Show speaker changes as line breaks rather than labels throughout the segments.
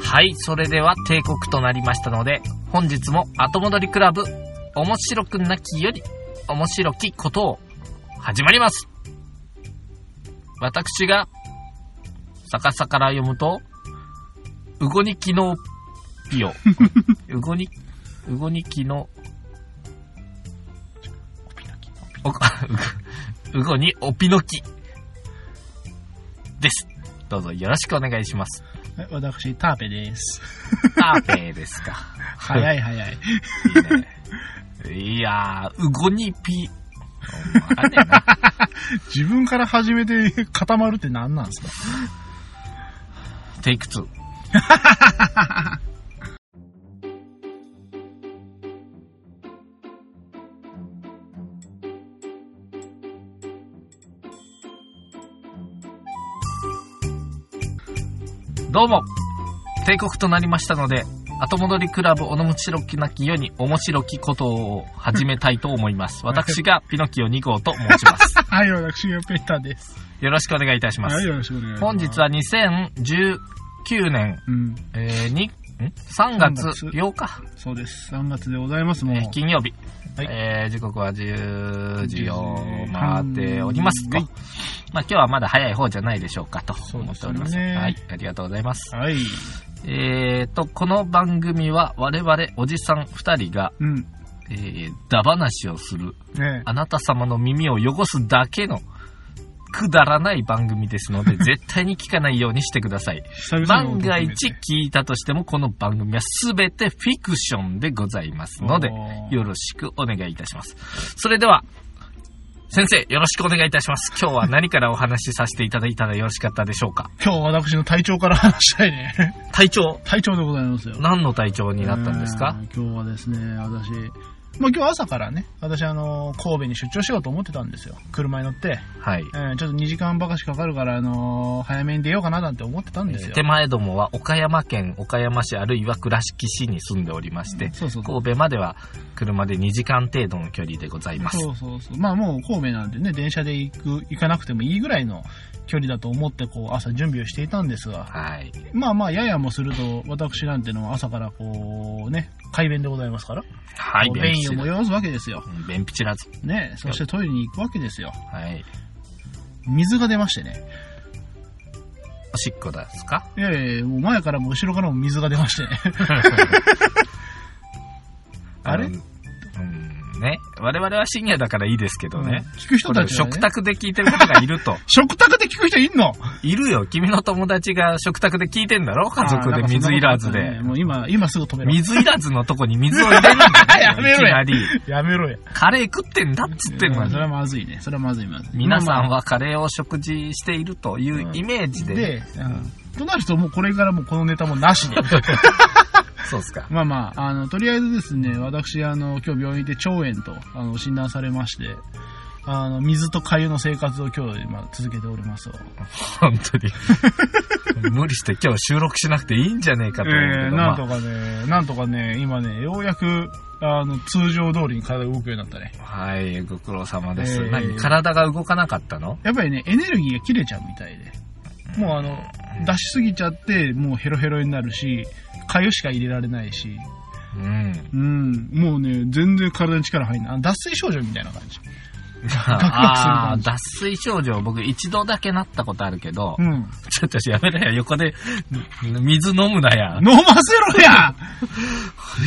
はい、それでは帝国となりましたので、本日も後戻りクラブ、面白くなきより、面白きことを、始まります私が、逆さから読むと、うごにきのぴ よ。うごに、うごにきの、おこうごにおぴのき。です。どうぞよろしくお願いします。
はい私、ターペ です。
ターペーですか。
早
い。
い早い。
いいね。いやー、うごにぴ。わかんねえな。
自分から始めて固まるって何なんですか
テイク2。どうも帝国となりましたので後戻りクラブおのむしろきなき世に面白きことを始めたいと思います私がピノキオ2号と申します
はい、私がペーターです。
よろしくお願いいたしま
はい、
す
よろしくお願いします。
本日は、2019年
うん、
えー、にん3月8日、
そうです。3月でございます、もう。
えー金曜日、
はい
えー時刻は10時を回っておりますと、
はい
まあ、今日はまだ早い方じゃないでしょうかと
そう
思
で
って
す
お
よ
り
ね
ますはい、ありがとうございます
はい。
えーとこの番組は我々おじさん2人が、
うん。
えー、ダ話をする
ね
あなた様の耳を汚すだけのくだらない番組ですの で絶対に聞かないようにしてください
久々に
万が一聞いたとしてもこの番組は全てフィクションでございますので
おー
よろしくお願いいたしますそれでは先生よろしくお願いいたします今日は何からお話しさせていただいたらよろしかったでしょうか
今日私の体調から話したい ね。
体調
体調でございますよ。
何の体調になったんですか
うん今日はですね、私、まあ今日朝からね、私あの、神戸に出張しようと思ってたんですよ。車に乗って。
はい
えーちょっと2時間ばかしかかるから、あのー早めに出ようかななんて思ってたんですよ。
手前どもは岡山県岡山市あるいは倉敷市に住んでおりまして
そうそうそう。
神戸までは車で2時間程度の距離でございます
そうそうそう。まあもう神戸なんでね、電車で行く、行かなくてもいいぐらいの距離だと思って、こう、朝準備をしていたんですが、
はい
まあまあ、ややもすると、私なんてのは朝からこう、ね、快便でございますから、
はい
こう
便秘
便意を催すわけですよ。
便秘知らず
ね、そしてトイレに行くわけですよ。
はい
水が出ましてね。
おしっこですか
いやいやもう前からも後ろからも水が出まして ね。あれ
のうんね。我々は深夜だからいいですけどね。
聞く人
これ
たちはね、
食卓で聞いてる方がいる と。
食卓で聞く人いんの
いるよ。君の友達が食卓で聞いてんだろ家族で水いらず
あーなんか
で
そんなことあったね。もう今、今すぐ止めろ。
水いらずのとこに水を入れるんだ
やめろよ
いきなり。
やめろや。
カレー食ってんだっつってんの
うん
に
それ。はまずいね。それはまずい、まずい。
皆さ
まあ
ん
ま
はカレーを食事しているというイメージ
あ
で。
で、うんとなるともうこれからもうこのネタも なしで。
そうですか。
まあまあ、あの、とりあえずですね、私、あの、今日病院で腸炎と、あの、診断されまして、あの、水と粥の生活を今日、今、続けておりますわ。
本当 に。無理して今日収録しなくていいんじゃねえかと思うけど、
えー
ま
なん
あ
とかね、なんとかね、今ね、ようやく、あの、通常通りに体が動くようになったね。
はい、ご苦労様です。
えー
何体が動かなかったの
やっぱりね、エネルギーが切れちゃうみたいで。もうあの、出しすぎちゃって、もうヘロヘロになるし、粥しか入れられないし、
うん。
うん、もうね、全然体に力入んない。あの脱水症状みたいな感じ。
ああ、
ガクガクする
脱水症状、僕一度だけなったことあるけど、
うん。
ちょっとやめろよ、横で、水飲むなや。
飲ませろや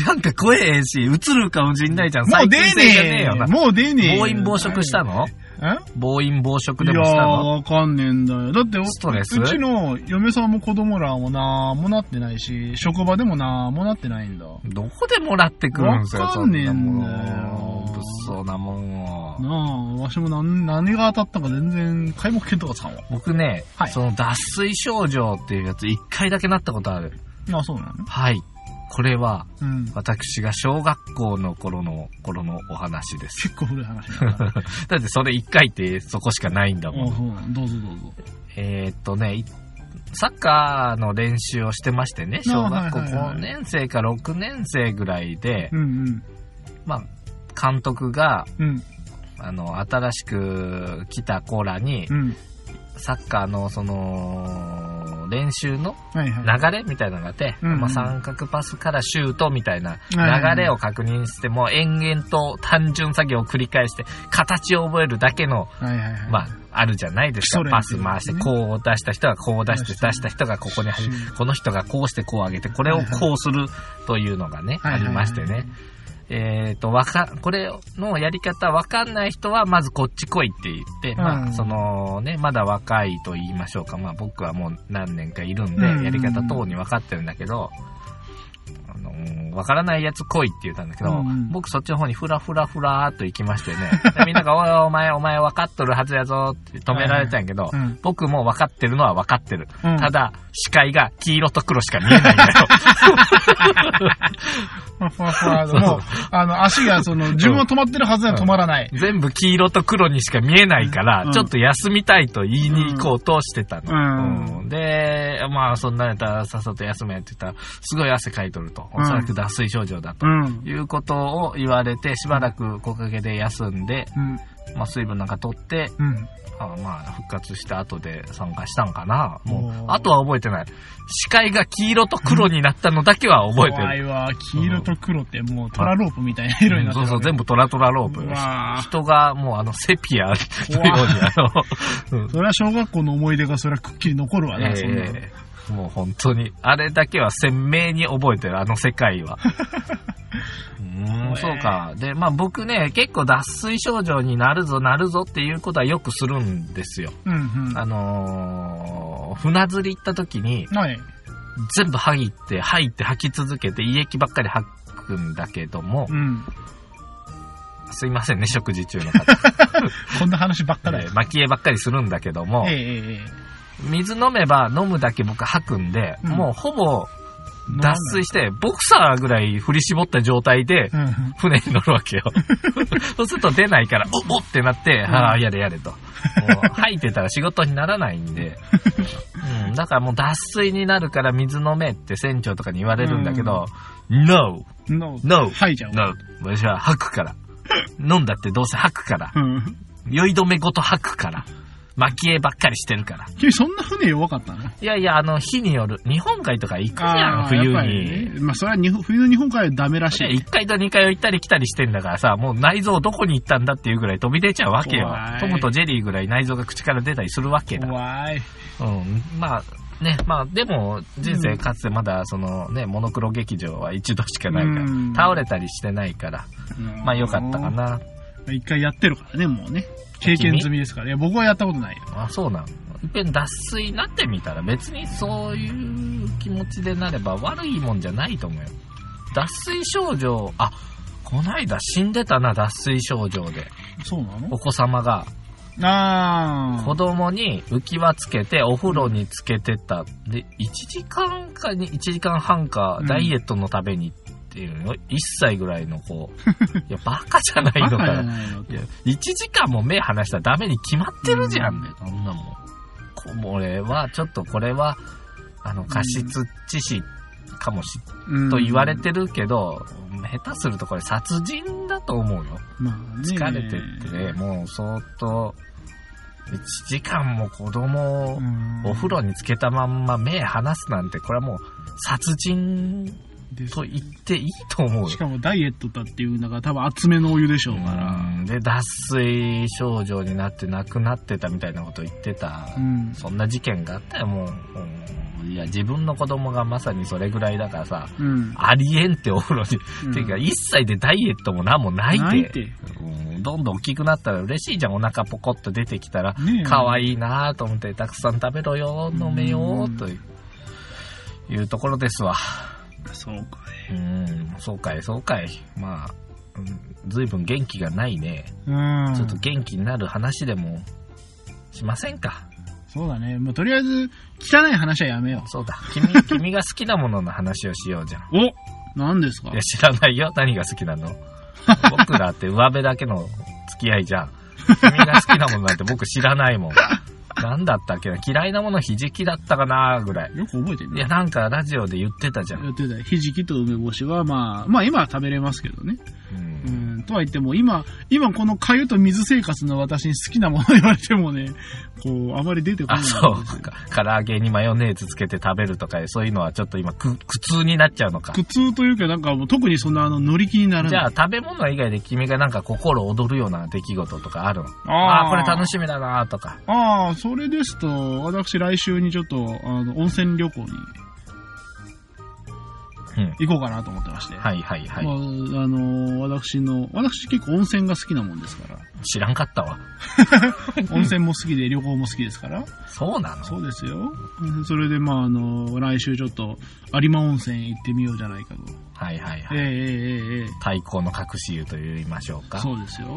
なんか声ええし、映るかもしんないじゃん。
もう出
細菌性じゃねえ
ね
よ
え
な。
もう出ねえ
暴飲暴食したの
え
暴飲暴食で
いや
もし
ー、
たの
わかんねえんだよ。だってお、
ストレス
うちの嫁さんも子供らもなーもなってないし、職場でもなーもなってないんだ。
どこでもらってくるんすよ、
わ
そ
か
ん
んねえ
なん
だよ
もの。物騒なもんを。
なあ、わしもなん何が当たったか全然、皆目見当がつかんわ。
僕ね、
はい
その脱水症状っていうやつ一回だけなったことある。
あ、そうなの
はい。これは、
うん。
私が小学校の頃の、頃のお話です。
結構古い話だな。
だってそれ1回ってそこしかないんだも
あ、
ん。
そうなのどうぞどうぞ。
えーっとね、いサッカーの練習をしてましてね、
あ
小学校
はいはいはい
5年生か6年生ぐらいで
う、ん
まあ、監督が、
うん。うん。
あの、新しく来た子らに
う、ん。
サッカーのその、の、練習の
はいはい。
流れみたいなのがあって、
うんうん
まあ、三角パスからシュートみたいな
はいはい
流れを確認して、もう延々と単純作業を繰り返して、形を覚えるだけの、
はいはいはい。
まあ、あるじゃないです
基礎
か。
練
パ
習
ス
ですね
回して、こう出した人がこう出して、
出
出し
し
てた人がここに入る
うん
この人がこうしてこう上げて、これをこうするというのがね、
はいはいはい
ありましてね。えっ、と、わか、これのやり方わかんない人は、まずこっち来いって言って、ま
うん
あ、そのね、まだ若いと言いましょうか。まあ僕はもう何年かいるんで、
うん
やり方等にわかってるんだけど、あのーわからないやつ来いって言ったんだけど、
うん
僕そっちの方にふらふらふらーっと行きましてね、でみんなが、お いお前お前分かっとるはずやぞって止められたんやけど、
うん。
僕も分かってるのは分かってる。
うん
ただ、視界が黄色と黒しか見えないんだよ。
ふわふわふわ でもう、あの、足が、その、自分は止まってるはずなのに止まらない。
全部黄色と黒にしか見えないから、
うん
ちょっと休みたいと言いに行こうとしてたの。
うん
うんで、まあ、そんなんやったらさっさと休めって言ったら、すごい汗かいとると。
うん
おそらく脱水症状だと。
うん。
いうことを言われて、しばらく木陰で休んで、
うん。
まあ、水分なんか取って、
うん。
あまあ、復活した後で参加したんかな。もう
お、ー
あとは覚えてない。視界が黄色と黒になったのだけは覚えて
怖
る。
いわ。黄色と黒ってもうトラロープみたいな色になって
そ
る。
うそう、全部トラトラロープ
う。わ
人がもうあのセピアのようにあの、うん
それは小学校の思い出がそれはくっきり残るわな、そんなの。
ええもう本当に、あれだけは鮮明に覚えてる、あの世界 は。うーん、そうか。で、まあ僕ね、結構脱水症状になるぞ、なるぞっていうことはよくするんですよ。
うんうん。
あのー船釣り行った時に、
はい。
全部吐いて、吐いて吐き続けて、胃液ばっかり吐くんだけども
う、ん。
すいませんね、食事中の方。
こんな話ばっかだ
え
よ
ー。巻き絵ばっかりするんだけども、
えええええ
水飲めば飲むだけ僕吐くんで、
うん
もうほぼ
え。
脱水して、ボクサーぐらい振り絞った状態で、
飲まない。
船に乗るわけよ。 そうすると出ないから、おおってなって、ああ、やれやれと。もう吐いてたら仕事にならないん で。うん、だからもう脱水になるから水飲めって船長とかに言われるんだけど、No!
うん。の、
No!
吐いちゃう。
No! 私は吐く から。飲んだってどうせ吐くから。
うん。
酔い止めごと吐くから。巻き絵ばっかりしてるから。
君そんな船弱かったの
いやいや、あの、日による。日本海とか行くじゃ
あ
ん、
あ
冬
やっぱり
に。
ねまあ、それは日本冬の日本海はダメらし
で
い。
一回と二回を行ったり来たりしてんだからさ、もう内臓どこに行ったんだっていうぐらい飛び出ちゃうわけよ
怖い。
トムとジェリーぐらい内臓が口から出たりするわけだ。
怖い。
うん。まあ、ね、まあ、でも、人生かつてまだ、そのね、モノクロ劇場は一度しかないか
うん
ら、倒れたりしてないから、まあよかったか
ま
な。
あ。一回やってるからね、もうね。経験済みですから。いや、僕はやったことないよ。
あ、そうなん。いっぺん脱水になってみたら、別にそういう気持ちでなれば悪いもんじゃないと思うよ。脱水症状、あ、こないだ死んでたな、脱水症状で。
そうなの
お子様が、
あ
子供に浮き輪つけてお風呂につけてた。で、1時間かに、1時間半か
うん、
ダイエットのためにっていうの、1歳ぐらいの 子。いや、バカじゃな
あ。
いの
バ
か
カじゃ
よ。
ないの
いや、1時間も目離したらダメに決まってるじゃんね、そんなもん。ここれは、ちょっとこれは、あの、過失致死かもし、
うん
と言われてるけど、下手するとこれ殺人だと思うよ。
まあね
疲れてってね、もう相当、1時間も子供を
うん
お風呂につけたまんま目離すなんて、これはもう殺人
です
と言っていいと思うよ
し。かもダイエットだっていうのが多分厚めのお湯でしょうから。
うんで、脱水症状になって亡くなってたみたいなこと言ってた。
うん。
そんな事件があったよ、もう。うんいや、自分の子供がまさにそれぐらいだからさ、
うん。
ありえんってお風呂に。
うん
ていうか、1歳でダイエットもなんもない
泣
で
い。て。
うんどんどん大きくなったら嬉しいじゃん、お腹ポコッと出てきたら。
ねえ
可愛いなぁと思って、たくさん食べろよ、飲めよ
うん、
という。いうところですわ。
そうかね。
うん、そうかい、そうかい。まあ、うんずいぶん元気がないね。
うん。
ちょっと元気になる話でも、しませんか。
そうだね。もうとりあえず、汚い話はやめよ
そうだ。君、 君が好きなものの話をしようじゃん。
う。お何ですか
いや、知らないよ。何が好きな の。僕だって上辺だけの付き合いじゃん。君が好きなものなんて僕知らないもん。何だったっけな嫌いなものひじきだったかなぐらい。
よく覚えてる
い
ね。
や、なんかラジオで言ってたじゃ
や
ん。
ってたひじきと梅干しはまあ、まあ今は食べれますけどね。
う。
うんん、とは言っても、今、今この粥と水生活の私に好きなもの言われてもね、こう、あまり出てこな
あ、
いんです
そ
よ
うか。唐揚げにマヨネーズつけて食べるとか、そういうのはちょっと今、く苦痛になっちゃうのか。
苦痛というか、なんかもう特にそんなあの乗り気になら
じゃ
ない。
あ、食べ物以外で君がなんか心躍るような出来事とかあるの
あ
ああ、これ楽
い。
しみだなとか。
ああ、それですと、私来週にちょっと、あの、温泉旅行に
うん。
行こうかなと思ってまして。
はいはいはい。
まあ、あの、私の、私結構温泉が好きなもんですから、
知らんかったわ。
温泉も好きで旅行も好きですから、
そうなの
そうですよ。それで、まあ、あの、来週ちょっと、有馬温泉行ってみようじゃないかと。
はいはい
え
はい。
えええええ
太鼓の隠し湯と言いましょうか。
そうですよ。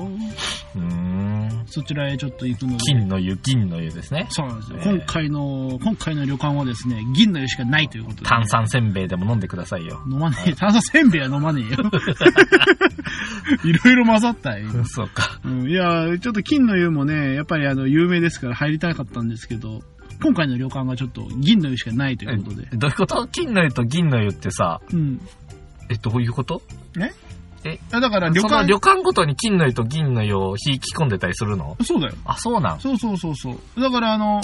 うーん。
そちらへちょっと行くので。
金の湯、銀の湯ですね。
そうなんですよ。
ええ
今回の、今回の旅館はですね、銀の湯しかないということで、
炭酸せんべいでも飲んでくださいよ。
飲まねえ。炭酸せんべいは飲まねえ よ。いろいろ混ざったよ。
そうか。
うん、いや、ちょっと金の湯もね、やっぱりあの、有名ですから入りたかったんですけど、今回の旅館がちょっと銀の湯しかないということで。
どういうこと金の湯と銀の湯ってさ、
うん。
え、どういうこと
ね
え
あだから旅
その
館
旅館ごとに金の湯と銀の湯を引き込んでたりするの
そうだよ。
あ、そうなん。
そうそうそうそう。だからあの、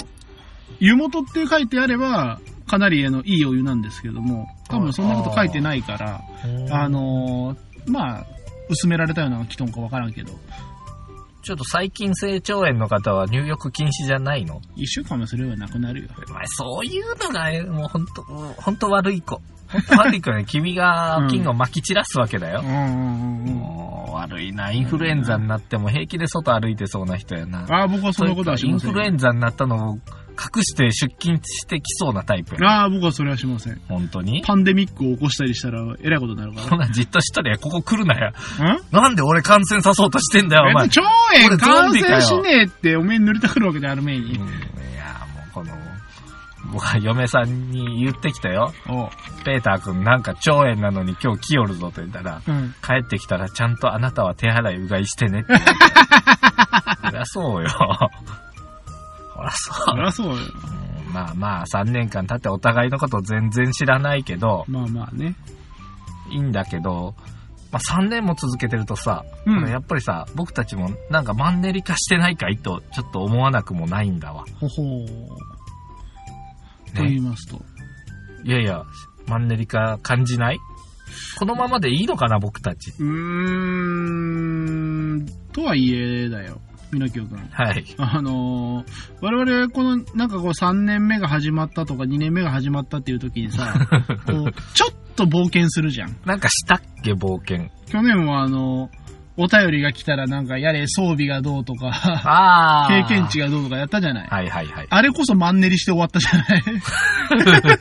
湯元って書いてあれば、かなりあのいいお湯なんですけども、多分そんなこと書いてないから、あのーまあ、薄められたような気とんかわからんけど、
ちょっと最近性腸炎の方は入浴禁止じゃないの
一週間もそれはなくなるよ。
お前、そういうのが、えもう本当本当悪い子。本当悪い子ね。君が金を撒き散らすわけだよ
うん。うんうんうん。
もう、悪いな。インフルエンザになっても平気で外歩いてそうな人やな。
ああ、僕はそんなことはし
イン
ませ
フ
ん
ルエ
よ。
ンザになったのを隠して出勤してきそうなタイプや。
ああ、僕はそれはしません。
本当に
パンデミックを起こしたりしたら、えらいことになるか
そんなじっとしたらや、ここ来るなや。
ら。ん
なんで俺感染さそうとしてんだよ、お前。
別に
俺
腸炎
ゾン
感
ビかよ
染しねえって、おめえに塗りたくるわけであるめえに。
うんいや、もうこの、僕は嫁さんに言ってきたよ。
おう。
ペーター君なんか腸炎なのに今日来よるぞと言ったら、
うん。
帰ってきたらちゃんとあなたは手洗いうがいして ねって言われた。そりゃそうよ。ほらそ。
そうりゃそうよ。
うんまあまあ、3年間経ってお互いのこと全然知らないけど、
まあまあね。
いいんだけど、まあ3年も続けてるとさ、
うん
これやっぱりさ、僕たちもなんかマンネリ化してないかいとちょっと思わなくもないんだわ。
ほほう。と言いますと。
いやいや、マンネリ化感じないこのままでいいのかな、僕たち。
うーん、とはいえだよ、ミノキオ君。
はい。
あのー我々、この、なんかこう3年目が始まったとか2年目が始まったっていう時 にさ、こう、ちょっと冒険するじゃん。
なんかしたっけ、冒険。
去年はあのーお便りが来たらなんかやれ装備がどうとか、
あ
経験値
が。
がどうとかやったじゃない。
はいはいはい。
あれこそマンネリして終わったじゃない や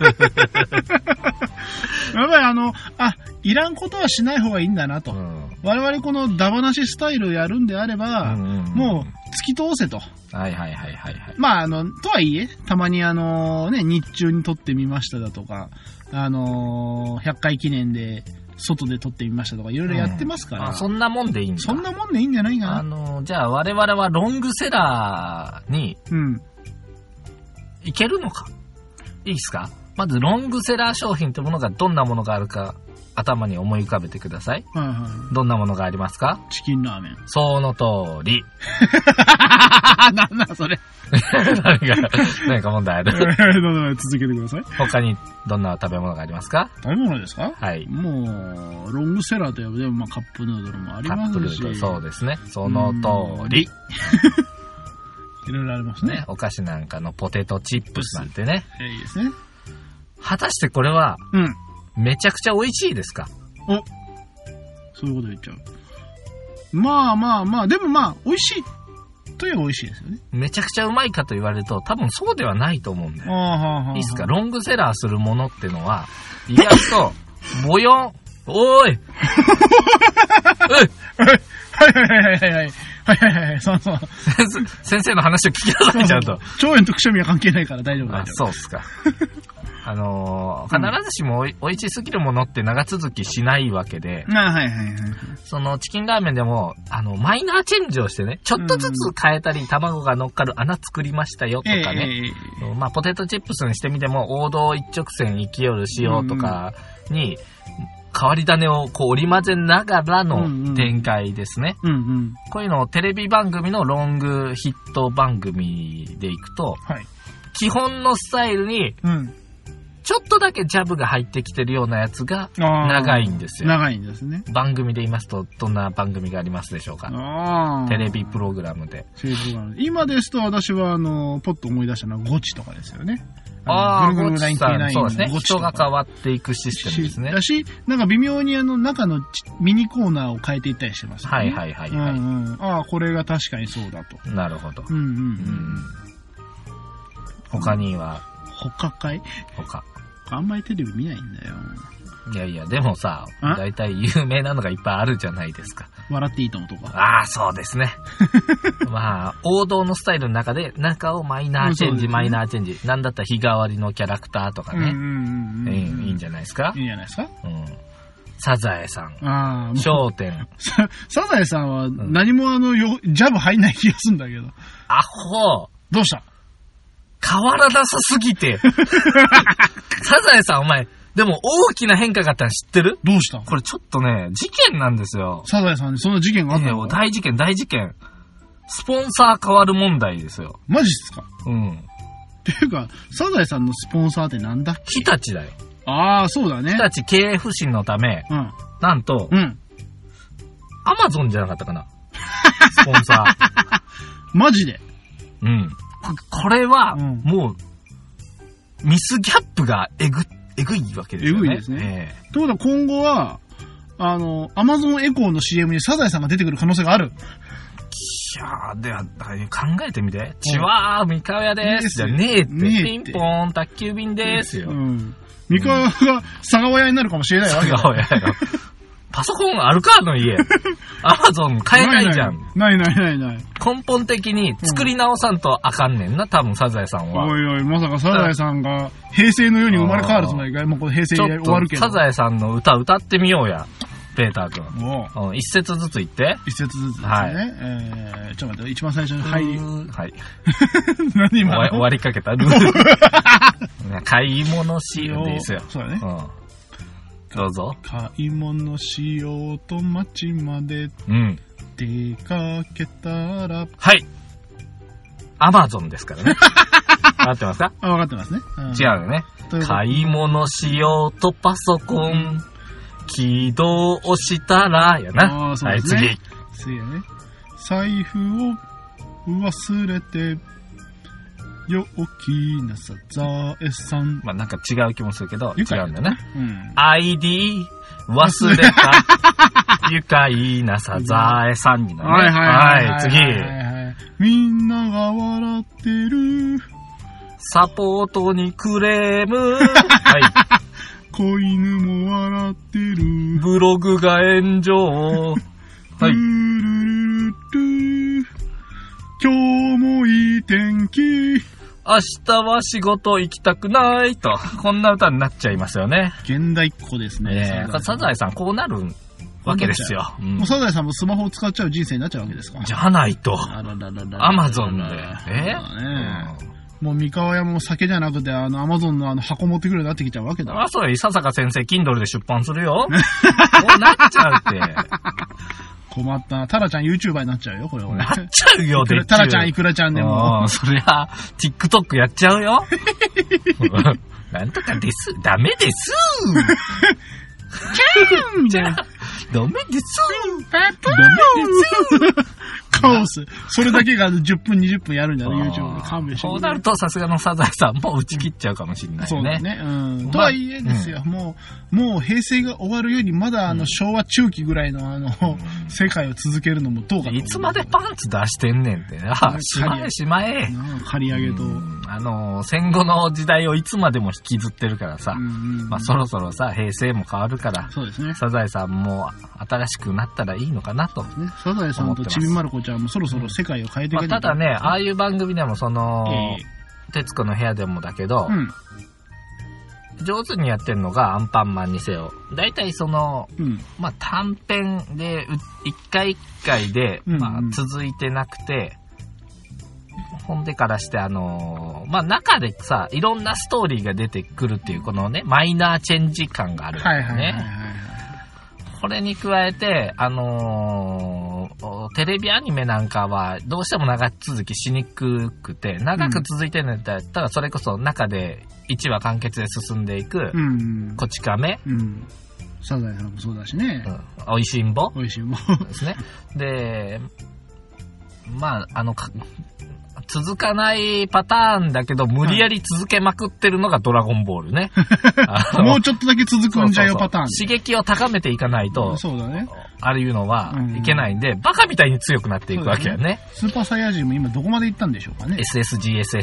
っぱりあの、あ、いらんことはしない方がいいんだなと。
うん。
我々このダバなしスタイルをやるんであれば、もう突き通せと。
うん。はいはいはいはいはい。
まあ、あの、とはいえ、たまにあの、ね、日中に撮ってみましただとか、あの、100回記念で外で撮ってみましたとか、いろいろやってますから、
あ
そ
そんなもんでいいんだ。
んなもんでいいんじゃないか
あ
な。
の、じゃあ我々はロングセラーに
うん。
いけるのかいいっすかまずロングセラー商品ってものがどんなものがあるか頭に思い浮かべてください。
はいは
どんなものがありますか
い。チキンラーメン。
その通り。
なんだそれ。
何か、 何か問題あ
ど
る。
うぞ続けてください。
他にどんな食べ物がありますか
食べ物ですか
はい。
もう、ロングセラーといえば、でもまあカップヌードルもあり
カ
ま
ップルー
すし、
ドル、そう
い
ですね。その通り。
ろいろありますね
ね、。お菓子なんかのポテトチップスなんてね。
えーいいですね。
果たしてこれは
うん。
めちゃくちゃ美味しいですか
そういうこと言っちゃう。まあまあまあ、でもまあ、美味しいといえば美味しいですよね。
めちゃくちゃうまいかと言われると多分そうではないと思うんだ
あ
よ。
あ、はい
いっすかロングセラーするものってのは、意外と、 ボヨン、おーいおい
はいはいはいはい。はいはいはいはい、そうそう。
先生 先生の話を聞きなさい、ちゃんと。
腸炎とくしゃみは関係ないから大丈夫
あ
大、丈
そうっすか。あのー必ずしもおい美味しすぎるものって長続きしないわけで、
夫。ああ、はいはいはい。
そのチキンラーメンでも、あの、マイナーチェンジをしてね、ちょっとずつ変えたり、卵が乗っかる穴作りましたよとかね、
ええ
まあ、ポテトチップスにしてみても王道一直線生きよる仕様とかに変わり種をこう織り交ぜながら
うんう
の
ん
展開ですね。
うんうん。
こういうのをテレビ番組のロングヒット番組でいくと、
はい。
基本のスタイルに
うん。
ちょっとだけジャブが入ってきてるようなやつが
あー
長いんですよ。
長いんですね。
番組で言いますと、どんな番組がありますでしょうか
ああ。
テレビプログラムで。
テレビ番組今ですと私は、あの、ポッと思い出したのはゴチとかですよね。
ああ、
の
ゴチさん、そうですね。
ゴチと
人
か
が変わっていくシステムですね。
だし、なんか微妙にあの中のちミニコーナーを変えていったりしてますよね。
はいはいはいはい
うんうん、ああ、これが確かにそうだと。
なるほど。
うんうんう。
うんん。他には、
他かい
他。
あんまりテレビ見ないんだよ。
いやいや、でもさ、
ん
大体有名なのがいっぱいあるじゃないですか。
笑っていいと思うとか。
ああ、そうです ね。まあ、王道のスタイルの中で、中をマイナーチェンジ、
うんそうですね
マイナーチェンジ。なんだったら日替わりのキャラクターとか
うんうん
ね。
うんう
え
ん。
えいいんじ
ゃ
ゃないですか
い。いんじゃないですか
うん。サザエさん、
ああ、もう
商店、
さサザエさんは何もあの、よジャブ入んない気がするんだけど。
アホ
どうした
変わらなさすぎ て。サザエさん、お前、でも大きな変化があったの知ってる
どうした
これちょっとね、事件なんですよ。
サザエさんにそんな事件があった
ね
の
大事件、大事件。スポンサー変わる問題ですよ。
マジっすか
うん。
っていうか、サザエさんのスポンサーってなんだ
日立だよ。
ああ、そうだね
日。立経営不振のため、
うん。
なんと、
うん。
アマゾンじゃなかったか な。スポンサー。
マジで。
うん。ここれは、
うん
もう、ミスギャップがえぐ、えぐいわけですよね。
えぐいです
ね。
ってことは今後は、あの、アマゾンエコーの CM にサザエさんが出てくる可能性がある。
いやー、では、考えてみて。ちわー、三河屋です。じゃねえって。
ねえっ
ピ
て
ンポーン、宅急便ですよ
う。ん。三河が佐川屋になるかもしれないわけだ。
そうやろパソコンあるかの 家。アマゾン買えないじゃん。
ないないないないない。
根本的に作り直さんとあかんねんな、多分サザエさん
お
は。
いおい、まさかサザエさんが平成のように生まれ変わるつもりかいもうこれ平成
ち
終
ょっ
わるけ
と
ど。
サザエさんの歌歌ってみようや、ペーター君。
もう、
うん、一節ずつ言って。
一節ずつですね。
はい
えー、ちょっと待って、一番最初に入り
う、ーんはい。
何
終
今
わ
の
終わりかけた。 買い物しようですよ。
そうだ
う
ね
ん。。どうぞ。
買い物しようと街まで
うん。
出かけたら。
はい。アマゾンです からね。合ってますか
あ、わかってますね。うん
違うよね。
ということ
買い物しようとパソコン、起動したら、やな。
あーそう
は
で
い、
すね
次。
そうやね。財布を忘れて、陽気なサザエさん。
まあ、なんか違う気もするけど、違
愉快
うんだよね。
うん。
ID 忘れ た。愉快なサザエさんになるね。はい、次。
次。みんなが笑ってる、
サポートにクレー ム。はい。
子犬も笑ってる、
ブログが炎上。はい。
ルルルルル今日もいい天気。
明日は仕事行きたくないと。こんな歌になっちゃいますよね。
現代っ子です
ねえ、サザエさんこうなるわけですよ。うん
もうサザエさんもスマホを使っちゃう人生になっちゃうわけですか
じゃないと。
あららららら
アマゾンで。え
そうだねもう三河屋も酒じゃなくて、あの、アマゾンのあの箱持ってくるようになってきちゃうわけ
う
だ
ん。。あ、そうよ、伊坂先生、Kindle で出版する よ。こうなっちゃうって。
困ったな。タラちゃん YouTuber になっちゃうよ、これ。俺
なっちゃうよ、
いく
で
らタラちゃん、いくらちゃんでも。
うん、そりゃ、TikTok やっちゃう よ。なんとかです。ダメです。
じゃあ、
ダメです。
パパ カオス。それだけが10分、20分やるんだよ、YouTube で勘弁してく
こ
れ
うなると、さすがのサザエさんも打ち切っちゃうかもしれないね。
そうだね。うん。
まあ
とはいえですよ、もう、もう平成が終わるより、まだあの、昭和中期ぐらいのあの、
ん
世界を続けるのもどうかと思う
いつまでパンツ出してんねんってな。しまえしまえ。
なあ借り上げと。
うんあのー、戦後の時代をいつまでも引きずってるからさ。
うんうん
まあそろそろさ、平成も変わるから、
そうですね。
サザエさんも新しくなったらいいのかなと。
ね、サザエさんとちびまる子ちゃんもそろそろ世界を変えてい
ま
か
あ、
な
た
いと
だね、ああいう番組でもその
え、
徹子の部屋でもだけど
え、うん。
上手にやってるのがアンパンマンにせよ。大体その、
うん。
まあ短編で、う一回一回で、
うんうん
まあ続いてなくて、ほんでからして、あのーまあ中でさ、いろんなストーリーが出てくるっていう、このね、マイナーチェンジ感があるわ
は
け
い
よ
はいはいはい
ね。
は
これに加えて、あのーテレビアニメなんかはどうしても長続きしにくくて、長く続いてるんだったら、それこそ中で1話完結で進んでいく、
うん。
こち亀、
うん。サザエさんもそうだしね
う。ん、おいしんぼ
美味しいもん。
ですね。で、まあ、あの、か続かないパターンだけど、無理やり続けまくってるのがドラゴンボール ね。あの
もうちょっとだけ続くんじゃよパターン。
そうそうそう刺激を高めていかないと、
そうだね。
ああいうのはいけないんで、バカみたいに強くなっていくわけやね。
スーパーサイヤ人も今どこまで行ったんでしょうかね。
SSGSS。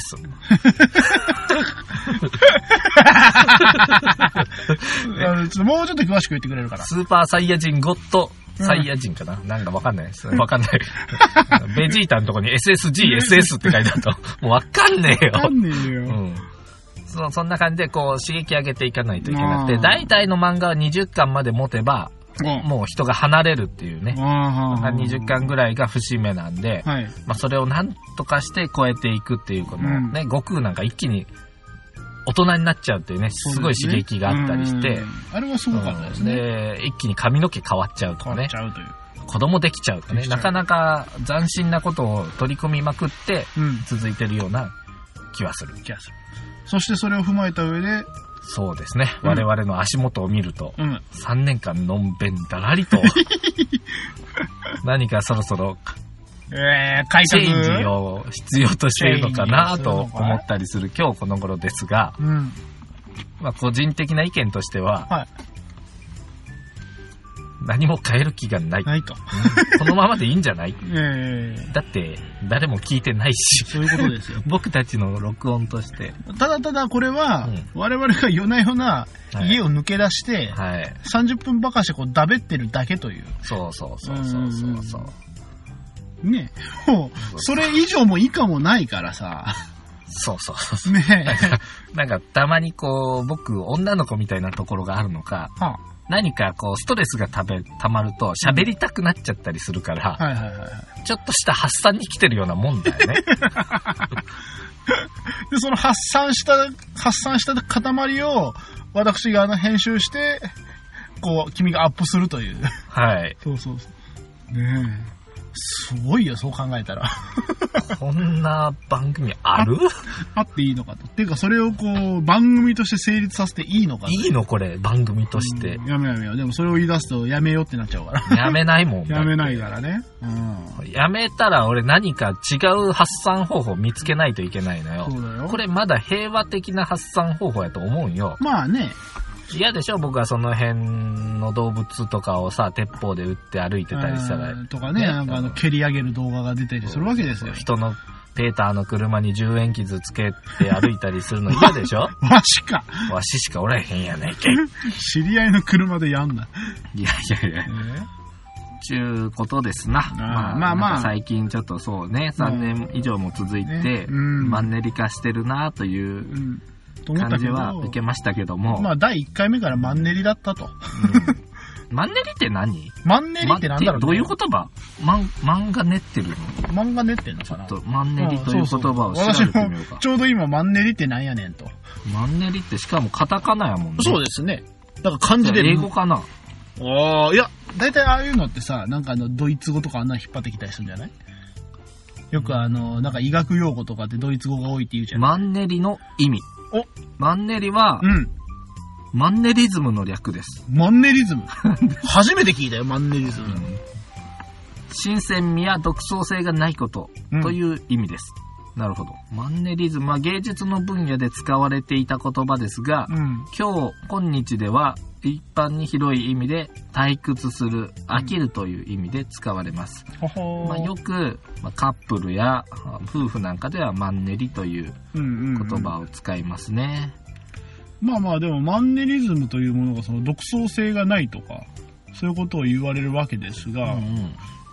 あのちょっともうちょっと詳しく言ってくれるから。
スーパーサイヤ人ゴッドサイヤ人かな、なんかわかんないです。わかんない。ベジータのとこに SSGSS って書いてあると、もうわかんねえよ。
わかんねえよ。
うん。そそんな感じで、こう、刺激上げていかないといけなく
あ
て、
ー
大体の漫画は20巻まで持てば、
うん
もう人が離れるっていうね。
ああ
20巻ぐらいが節目なんで、
はい。
まあ、それをなんとかして超えていくっていう、このね、悟空なんか一気に大人になっちゃうっていうね、すごい刺激があったりして、
うん。あれはすごかったですね。
で、一気に髪の毛変わっちゃうとか
変わっ
ね
ち、ゃうという。
子供できちゃうとか
で
ね、
きちゃう
なかなか斬新なことを取り組みまくって
うん。
続いてるような気はする。
気がする。そしてそれを踏まえた上で、
そうですね。
うん
我々の足元を見ると、
うん。
3年間のんべんだらり と、何かそろそろ
えー、解
チ
釈
ェンジを必要としているのかなと思ったりする今日この頃ですが、
うん。
まあ個人的な意見としては、
は
何も変える気がない
い。。ないと。
このままでいいんじゃない
えー、
だって誰も聞いてないし、
そういうことです よ。
僕たちの録音として、
ただただこれは、
うん
我々が夜な夜な
はい
家を抜け出して、
はい。
30分ばかしてこうだべってるだけという。
そうそうそうそうそうそう。
ね。もう、それ以上も以下もないからさ。
そうそうそうそ
ねえ。
う。なんかたまにこう、僕女の子みたいなところがあるのか、
は
何かこうストレスがたべ溜まると喋りたくなっちゃったりするから、
あはいはいはいはい。
ちょっとした発散に来てるようなもんだよ ね。
で、その発散した、発散した塊を、私があの編集して、こう、君がアップするという。
はい。
そうそうそう。ねえ。すごいよ、そう考えたら。
こんな番組ある
あっていいのかと。っていうか、それをこう、番組として成立させていいのか と
いいのこれ、番組として
う。んやめようやめよう。でもそれを言い出すと、やめようってなっちゃうか ら。
やめないもん。
やめないからね。うん。
やめたら俺何か違う発散方法見つけないといけないのよ。
そうだよ。
これまだ平和的な発散方法やと思うんよ。
まあね。
嫌でしょ僕はその辺の動物とかをさ、鉄砲で撃って歩いてたりしたら。
うんとかね、
ね
なんかあの、蹴り上げる動画が出たりするわけですよ。
人のペーターの車に10円傷つけて歩いたりするの嫌で しょ
マジか。
わししかおらへんやないけ。い
知り合いの車でやんな。
やいやいや。ちゅうことですな。
あーまあまあ
なんか最近ちょっとそうね、3年以上も続い
ね
て、
うん
マンネリ化してるなという
うん。と思っ
感
たけ
じ
ど、
は受けましたけども。
まあ、第1回目からマンネリだったと。
うん マンネリって何
マンネリってなんだろう、ね、
どういう言葉マン、漫画練ってるの
漫画練ってんの
ちょ
か
っ
な
と、マンネリという言葉を調
そうそう
べてみよう
私も
か。
ちょうど今、マンネリってなんやねんと。
マンネリってしかもカタカナやもんね。
そうですね。だから漢字で。
英語かな
ああ、いや、大体ああいうのってさ、なんかあの、ドイツ語とかあんなの引っ張ってきたりするんじゃないよくあの、なんか医学用語とかってドイツ語が多いって言うじゃん。
マンネリの意味。
お
マンネリは、
うん。
マンネリズムの略です。
マンネリズム。初めて聞いたよ、マンネリズム。
新鮮味や独創性がないこと
うん
という意味です。なるほど。マンネリズムは芸術の分野で使われていた言葉ですが、
うん。
今日、今日では一般に広い意味で退屈する、飽きるという意味で使われます。
ほほー
まあ、よく、まあカップルやあ夫婦なんかではマンネリという
うんうんうん
言葉を使いますね。
まあまあでもマンネリズムというものがその独創性がないとかそういうことを言われるわけです
うん
が、
うん
も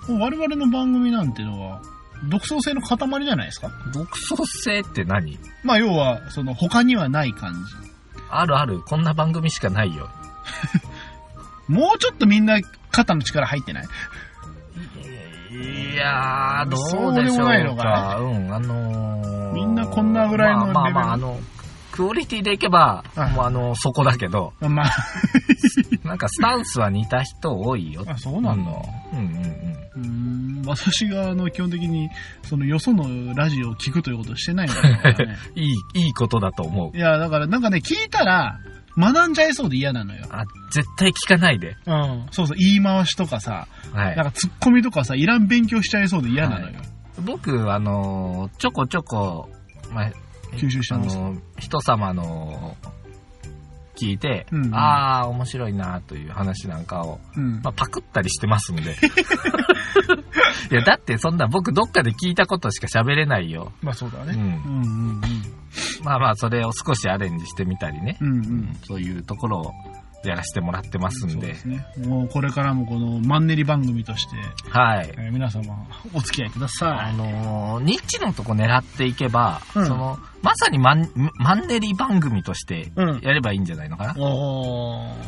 う我々の番組なんてのは独創性の塊じゃないですか
独創性って何
まあ要はその他にはない感じ
あるある、こんな番組しかないよ。
もうちょっとみんな肩の力入ってない
いやー、どうでしょ
そうでもないうの
か。
か
うん、あのー、
みんなこんなぐらいのレベル
まあまあまあ、あの、クオリティでいけば、
はい
もうあの、そこだけど、
まあ、
なんかスタンスは似た人多いよ。
あそうなんだ。
うんうんうん。
うーん私があの基本的にそのよそのラジオを聞くということをしてないからね。
いい、いいことだと思う。
いや、だからなんかね、聞いたら学んじゃいそうで嫌なのよ。
あ、絶対聞かないで。
うん。そうそう、言い回しとかさ、
はい
なん。かツッコミとかさ、いらん勉強しちゃいそうで嫌なのよ。
僕、あの、ちょこちょこ、まあ、
吸収してます
あの、人様の、聞いて、
うんうん
ああ、面白いなという話なんかを、
うん。
まあ、パクったりしてますんで。 いや、だってそんな僕どっかで聞いたことしか喋れないよ。
まあそうだ
う。
ね。うんんうん
まあまあ、それを少しアレンジしてみたりね。
うん。うんう。
うんん。そういうところをやらせてもらってます
そ
ん
う
で
で。すね。もうこれからもこのマンネリ番組として、
はい
え。ー皆様お付き合いくださ
あ
い。
のーニッチのとこ狙っていけば、
うん
その、まさにマンマンネリ番組として
うん。
やればいいんじゃないのかな。
おー。
うん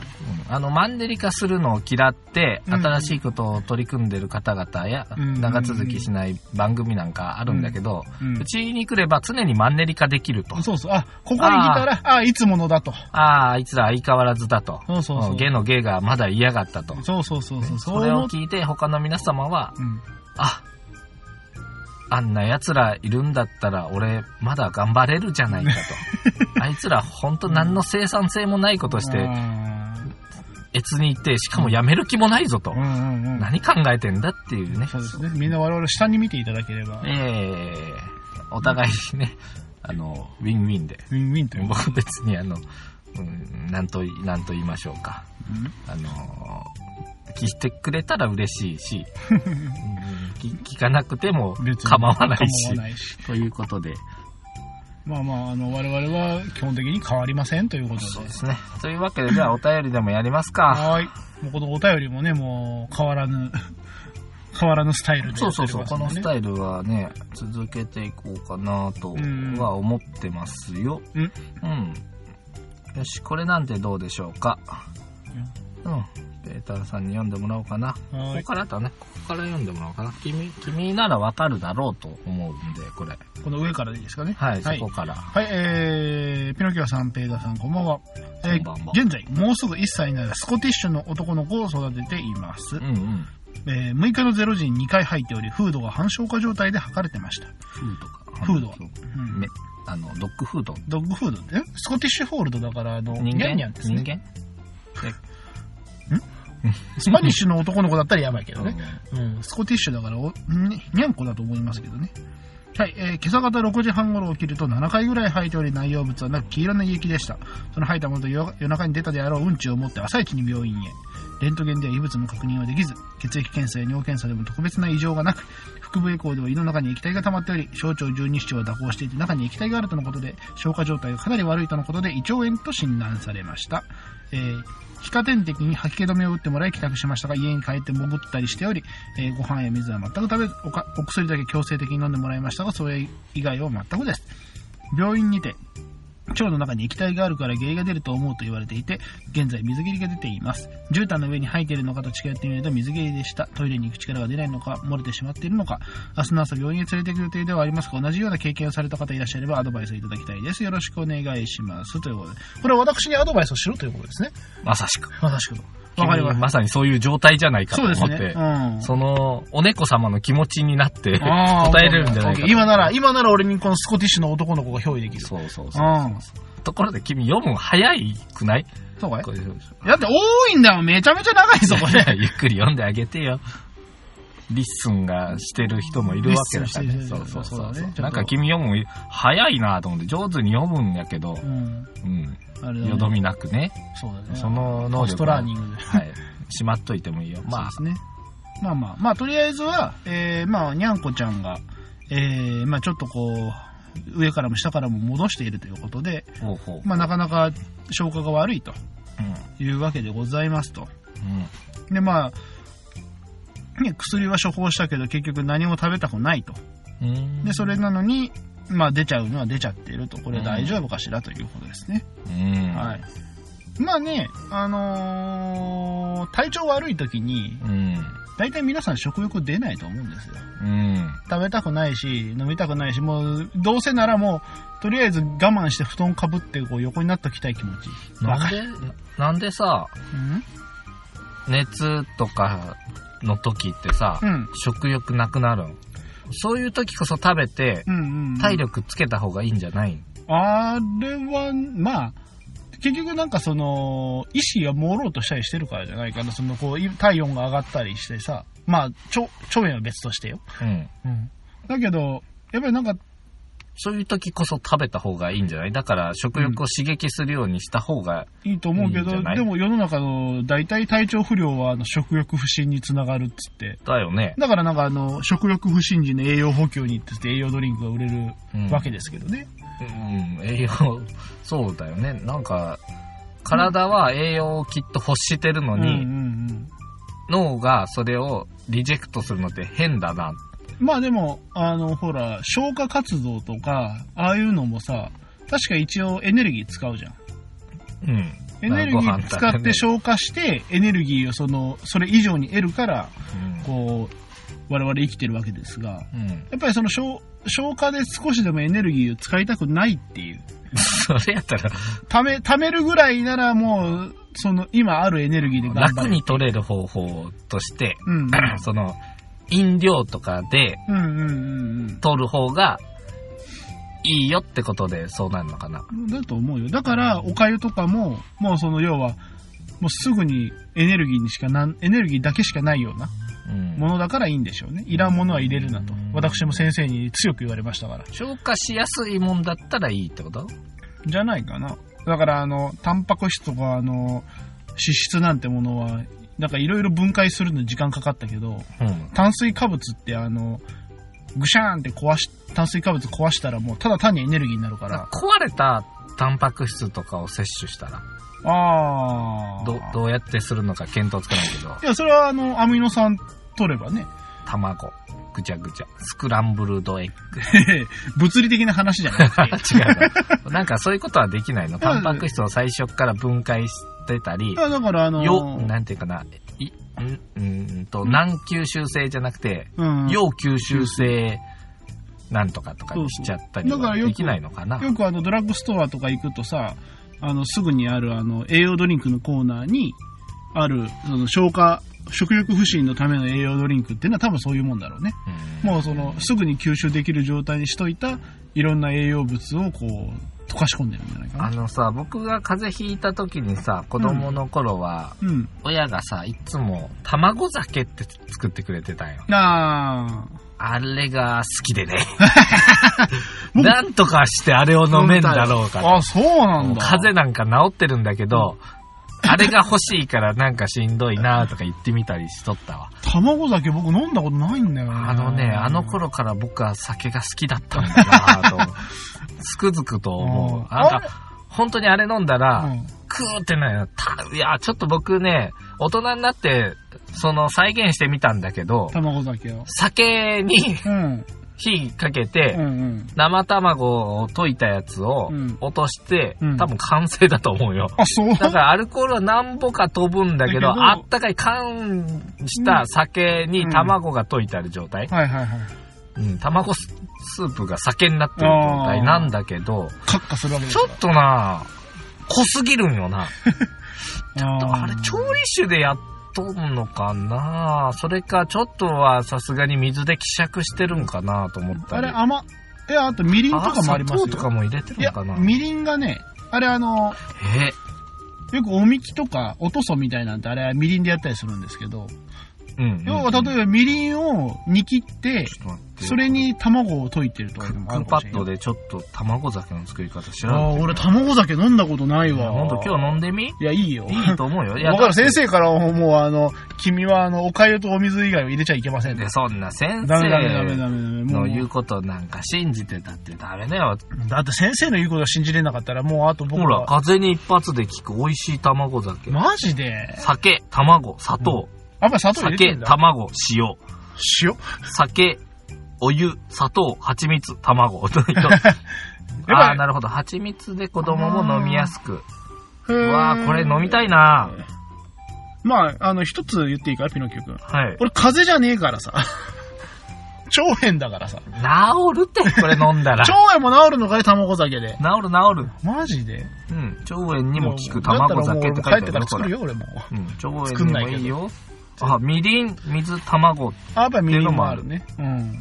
あの、マンネリ化するのを嫌って、
うん
新しいことを取り組んでる方々や、
うん
長続きしない番組なんかあるんだけど、
うん
うちに来れば常にマンネリ化できると。
そうそう。あ、ここに来たら、あいつものだと。
ああ、あいつら相変わらずだと。
そうそうそう
ゲのゲがまだ嫌がったと。
そうそうそうそう。
それを聞いて他の皆様は、
うん。
あ、あんな奴らいるんだったら俺まだ頑張れるじゃないか と。あいつら本当何の生産性もないことして、
あ
越に行って、しかもやめる気もないぞと
ーう。んうんうん。
何考えてんだっていうね。
そうですね。みんな我々下に見ていただければ、
ええお互いにね、あの、ウィンウィンで。
ウィンウィンというか。
僕別にあの、うん、なんと、なんと言いましょうか。あのー聞いてくれたら嬉しいし、うん聞聞かなくても
別に
構わないし
構、わないし。
ということで、
まあまあ、あの、我々は基本的に変わりませんということ
そう
で
で。すね。というわけで、じゃあお便りでもやりますか。
はーい。もうこのお便りもね、もう変わらぬ、 変わらぬスタイルで
そ
や
う
って
そ
お
う
り
そう、
ま
こ
すんでね。
のスタイルはね、続けていこうかなと
うん
は思ってますよ。
うん
うん。よし、これなんてどうでしょうか。うん。ペーターさんに読んでもらおうかな。こ
はー
こ
い
からだね。ここから読んでもらおうかな。君、君ならわかるだろうと思うんで、これ。
この上からでいいですかね。
はい、
はい
そこから。
はい、えー、ピノキオさん、ペイダさん、こんばんは。えー
こんばんは
現在、もうすぐ1歳になるスコティッシュの男の子を育てています。
うんうん。
えー6日の0時に2回入っており、フードが半消化状態で測れてました。
フードか。
フードは
うんね、あの、ドッグフード。
ドッグフードって、えスコティッシュフォールドだから、あの、
人
ニャ
間
ンニャンです
人
ね。
間
スパニッシュの男の子だったらやばいけどね。
う
うん、スコティッシュだからお、んニャンコだと思いますけどね。はい、えー今朝方6時半頃起きると7回ぐらい吐いており内容物はなく黄色の胃液でした。その吐いたものと夜夜中に出たであろううんちを持って朝一に病院へ。レントゲンでは異物の確認はできず、血液検査や尿検査でも特別な異常がなく、腹部エコーでは胃の中に液体が溜まっており、小腸十二指腸は蛇行していて中に液体があるとのことで、消化状態がかなり悪いとのことで胃腸炎と診断されました。えー皮下点滴に吐き気止めを打ってもらい帰宅しましたが家に帰って潜ったりしており、えーご飯や水は全く食べずおかお薬だけ強制的に飲んでもらいましたがそれ以外は全くです病院にて腸の中に液体があるから下痢が出ると思うと言われていて現在水切りが出ています絨毯の上に吐いているのかと近寄ってみると水切りでしたトイレに行く力が出ないのか漏れてしまっているのか明日の朝病院へ連れて行く予定ではありますが同じような経験をされた方いらっしゃればアドバイスをいただきたいですよろしくお願いしますということでこれは私にアドバイスをしろということですね
まさしく。
まさしく。わかりま
君
す。
まさにそういう状態じゃないかと
そうです
思
ね
っ。て
う、ん。
その、お猫様の気持ちになって、
あー
答えれるんじゃないか
OK 今なら、今なら俺にこのスコティッシュの男の子が憑依できる。
そうそう
う
そう。
ん。
ところで君読むの早いくない
そうかい
これ
だって多いんだよ。めちゃめちゃ 長いぞ、これ。
ゆっくり読んであげてよ。リッスンがしてる人もいるわけだから
リッ
ね。
ス
そ
ン
う
して
そ
る
う
人
そ
そう
う
だね。
なんか君読むの早いなと思って、上手に読むんやけど
う、ん。
うん。
あれだね
よどみなくね。
そうだね。
その能力は
ポストラーニングで。
はい。しまっといてもいい よ。まあ、
そうですね。まあまあ、まあとりあえずは、えー、まあ、にゃんこちゃんが、えー、まあちょっとこう、上からも下からも戻しているということで、
ほうほう。
まあなかなか消化が悪いと
うん。
いうわけでございますと。
うん。
でまあ、ね、薬は処方したけど結局何も食べたくないと
うん
でそれなのに、まあ、出ちゃうのは出ちゃってるとこれ大丈夫かしらということですね、
うん。
はいまあねあのー体調悪い時に
うん。
大体皆さん食欲出ないと思うんですよ。
うん。
食べたくないし、飲みたくないし、もう、どうせならもう、とりあえず我慢して布団かぶって、こう、横になっときたい気持ち。
な
わ
ん
かる
で、なんでさ、
うん
熱とかの時ってさ、
うん。
食欲なくなるんそういう時こそ食べて、
うんうんうん。
体力つけた方がいいんじゃないん
あれは、まあ、結局なんかその、意識が朦朧としたりしてるからじゃないかな。その、こう、体温が上がったりしてさ。まあ、腸、腸炎は別としてよ。
うん。
うん。だけど、やっぱりなんか、
そういう時こそ食べた方がいいんじゃないだから食欲を刺激するようにした方が、
いいと思うけ
いいん
ど、
じゃない
でも世の中の大体体調不良はあの食欲不振につながるっつって。
だよね。
だからなんかあの、食欲不振時の栄養補給にって言って栄養ドリンクが売れる
うん
わけですけどね。
うん、栄養、そうだよね。なんか、体は栄養をきっと欲してるの
うん、うん
に、
うん
脳がそれをリジェクトするのって変だな。
まあでも、あの、ほら、消化活動とか、ああいうのもさ、確か一応エネルギー使うじゃん。
うん。
エネルギー使
まあご飯食べ
って
ね
消化して、エネルギーをその、それ以上に得るから、こう、我々生きてるわけですが、
うん。うん。
やっぱりその消消化で少しでもエネルギーを使いたくないっていう。
それやったら、
ため、ためるぐらいならもう、その今あるエネルギーで頑張る。
楽に取れる方法として、
うん。
その、飲料とかで
うんうんうん
取る方がいいよってことでそうなるのかな。
うん。だと思うよ。だから、お粥とかも、もうその要は、もうすぐにエネルギーにしかなん、エネルギーだけしかないような
うん。
ものだからいいんでしょうね。いらんものは入れるなと。私も先生に強く言われましたから。
消化しやすいもんだったらいいってこと
じゃないかな。だから、あの、タンパク質とか、あの、脂質なんてものは、なんかいろいろ分解するのに時間かかったけど、
うん。
炭水化物ってあの、ぐしゃーんって壊し、炭水化物壊したらもうただ単にエネルギーになるから。
壊れたタンパク質とかを摂取したら
あー
どどうやってするのか見当つかないけど
いや、それはあの、アミノ酸取れ ばね。
卵ぐちゃぐちゃスクランブルドエッグ
物理的な話じ ゃなくて。
違うな なんかそういうことはできないのタンパク質を最初から分解してたり
いや、だからあの、
よなんていうかないんうんと難吸収性じゃなくて
うん、よ
要吸収性なんとかとかにしちゃったり
そうそうだ
は
からよく
できないのかな
くあの、ドラッグストアとか行くとさ、あの、すぐにあるあの、栄養ドリンクのコーナーに、ある、その、消化、食欲不振のための栄養ドリンクっていうのは多分そういうもんだろうね。
うん
もうその、すぐに吸収できる状態にしといた、いろんな栄養物をこう、溶かし込んでるんじゃないか
あ
な。
のさ僕が風邪ひいた時にさ子供の頃は、
うん。
親がさ、いつも卵酒って作ってくれてたんよ。
なあ。
あれが好きでね。
僕
なんとかしてあれを飲めんだろうかと。
あ、そうなんだ。
風邪なんか治ってるんだけど、あれが欲しいからなんかしんどいなとか言ってみたりしとったわ。
卵酒僕飲んだことないんだよね。
あのね、あの頃から僕は酒が好きだったんだなと、 つくづくと思う。
うん
な
あ
ん
れ
か、本当にあれ飲んだら、
うん。
クーってなるたいや、ちょっと僕ね、大人になって、その再現してみたんだけど、
卵酒を。
酒に
うん。
火かけ
う
て
ん、うん。
生卵を溶いたやつを
うん
落として、
うん
多分完成だと思うよ。
あ、そう
だからアルコールは何ぼか飛ぶんだけど、
だけど
あったかい缶した酒に卵が溶いてある状態。
はいはいはい。
うん、卵ススープが酒になってる状態なんだけど、
カッカするわけです
ちょっとな濃すぎるんよな。
ちょ
あれ、調理酒でやっとんのかなそれか、ちょっとはさすがに水で希釈してるんかなと思った
あ
り。
れ甘、え、あとみりんと
あ
かもありますよ。
砂糖とかも入れて
い
る
や
のかな、
みりんがね、あれあの、
え
よくおみきとか、おとそみたいなんてあれはみりんでやったりするんですけど、
うん
要は例えばみりんを煮切って、
ちょっと待って
それに卵を溶いてると
ク
かいう
ッ
のもある
ク
か
パ
もしれ
ッ
んよ
ドでちょっと卵酒の作り方知ら
あ
ん
あ、俺卵酒飲んだことないわ。
ほんと今日飲んでみい
いや、いいよ。
いと思うよ。いや
わかる。
だっ
先
て
生からももう、あの、君は、あの、お粥とお水以外を入れちゃいけませんね
で、。そんな先
ダメダメダメダ
生
メダメ。も
の言う
う、
ことなんか信じてたってダメだよ。
だって先生の言うことを信じれなかったら、もう、あと僕
ほら、
は。
風に一発で効く美味しい卵酒。
マジでやっ
酒、卵、砂糖、
ぱり砂糖入れて
酒
ん、だ。
卵、塩。
塩
酒、お湯、砂糖、蜂蜜、卵。
い
ああ、なるほど。蜂蜜で子供も飲みやすく。う
へー
わあこれ飲みたいな
まあ、あの、一つ言っていいか、ピノキオ君。
はい。
俺、風邪じゃねえからさ。 腸炎だからさ。
治るって、これ飲んだ ら。
腸
治
炎も治るのかい卵酒で。
る治る。
マジで
うん。腸炎にも効く卵酒って書い
帰
あ
っててから
るか
作
ら
る。よ、俺も。
うん。腸炎
作ん
に
ない
も
けど
いいよ。あ、みりん、水、卵。
あ、やっぱりみりんもあるね。うん。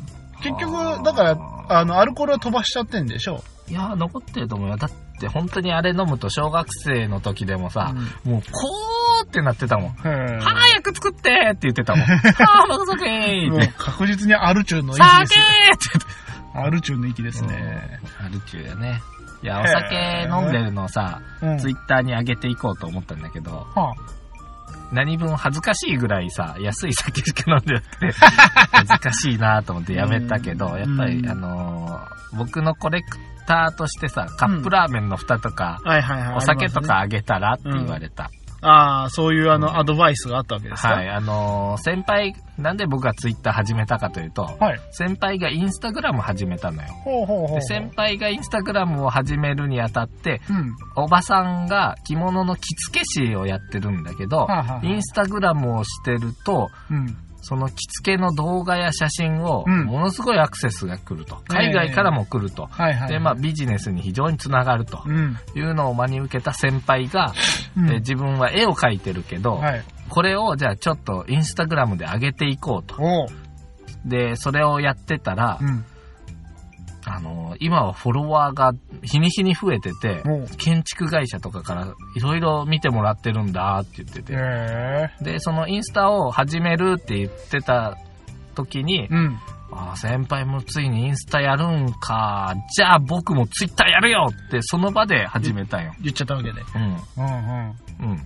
結局
あ、ー
だから、あの、アルコールは飛ばしちゃってんでしょ。
いやー、残ってると思うよ。だって、本当にあれ飲むと小学生の時でもさ、もう、こうってなってたもん。
うん
早く作ってって言ってた もん。あー、まさけー
も
っ
う
て。
確実にアルチューの域
さー
で
け
すよ。
ーって
アルチューの域です
言って
ね。
ね。ある中やね。いや、お酒飲んでるのをさ、
うん
ツイッターに上げていこうと思ったんだけど、
は
何分恥ずかしいぐらいさ、安い酒しか飲んでなく て、恥ずかしいなと思ってやめたけど、
うん
やっぱり、
うん
あのー僕のコレクターとしてさ、カップラーメンの蓋とか
あ、はいはいはい。
お酒とか
あり
あ
ますね。
げたらって言われた。
ああ、そういうあ
うん
の、アドバイスがあったわけですか
はい、あのー先輩、なんで僕がツイッター始めたかというと、
はい。
先輩がインスタグラム始めたのよ。
ほうほうほう。
で先輩がインスタグラムを始めるにあたって、
うん。
おばさんが着物の着付け師をやってるんだけど
は、あはあ
インスタグラムをしてると、
うん。
その着付けの動画や写真を、
うん
ものすごいアクセスが来ると。
ええ
海外からも来ると。
はいはい。
で、まあ、ビジネスに非常につながると
うん。
いうのを真に受けた先輩が、
うん
え自分は絵を描いてるけど、
はい。
これをじゃあちょっとインスタグラムで上げていこうと。
おう。
で、それをやってたら、
うん。
あの、今はフォロワーが日に日に増えてて、
おう。
建築会社とかからいろいろ見てもらってるんだって言ってて、
へ
で、そのインスタを始めるって言ってた時に、
え。うん。
ああ、先輩もついにインスタやるんか。じゃあ僕もツイッターやるよって、その場で始めたんよ。
言っちゃったわけで。
う
うんうん。
ん。うん。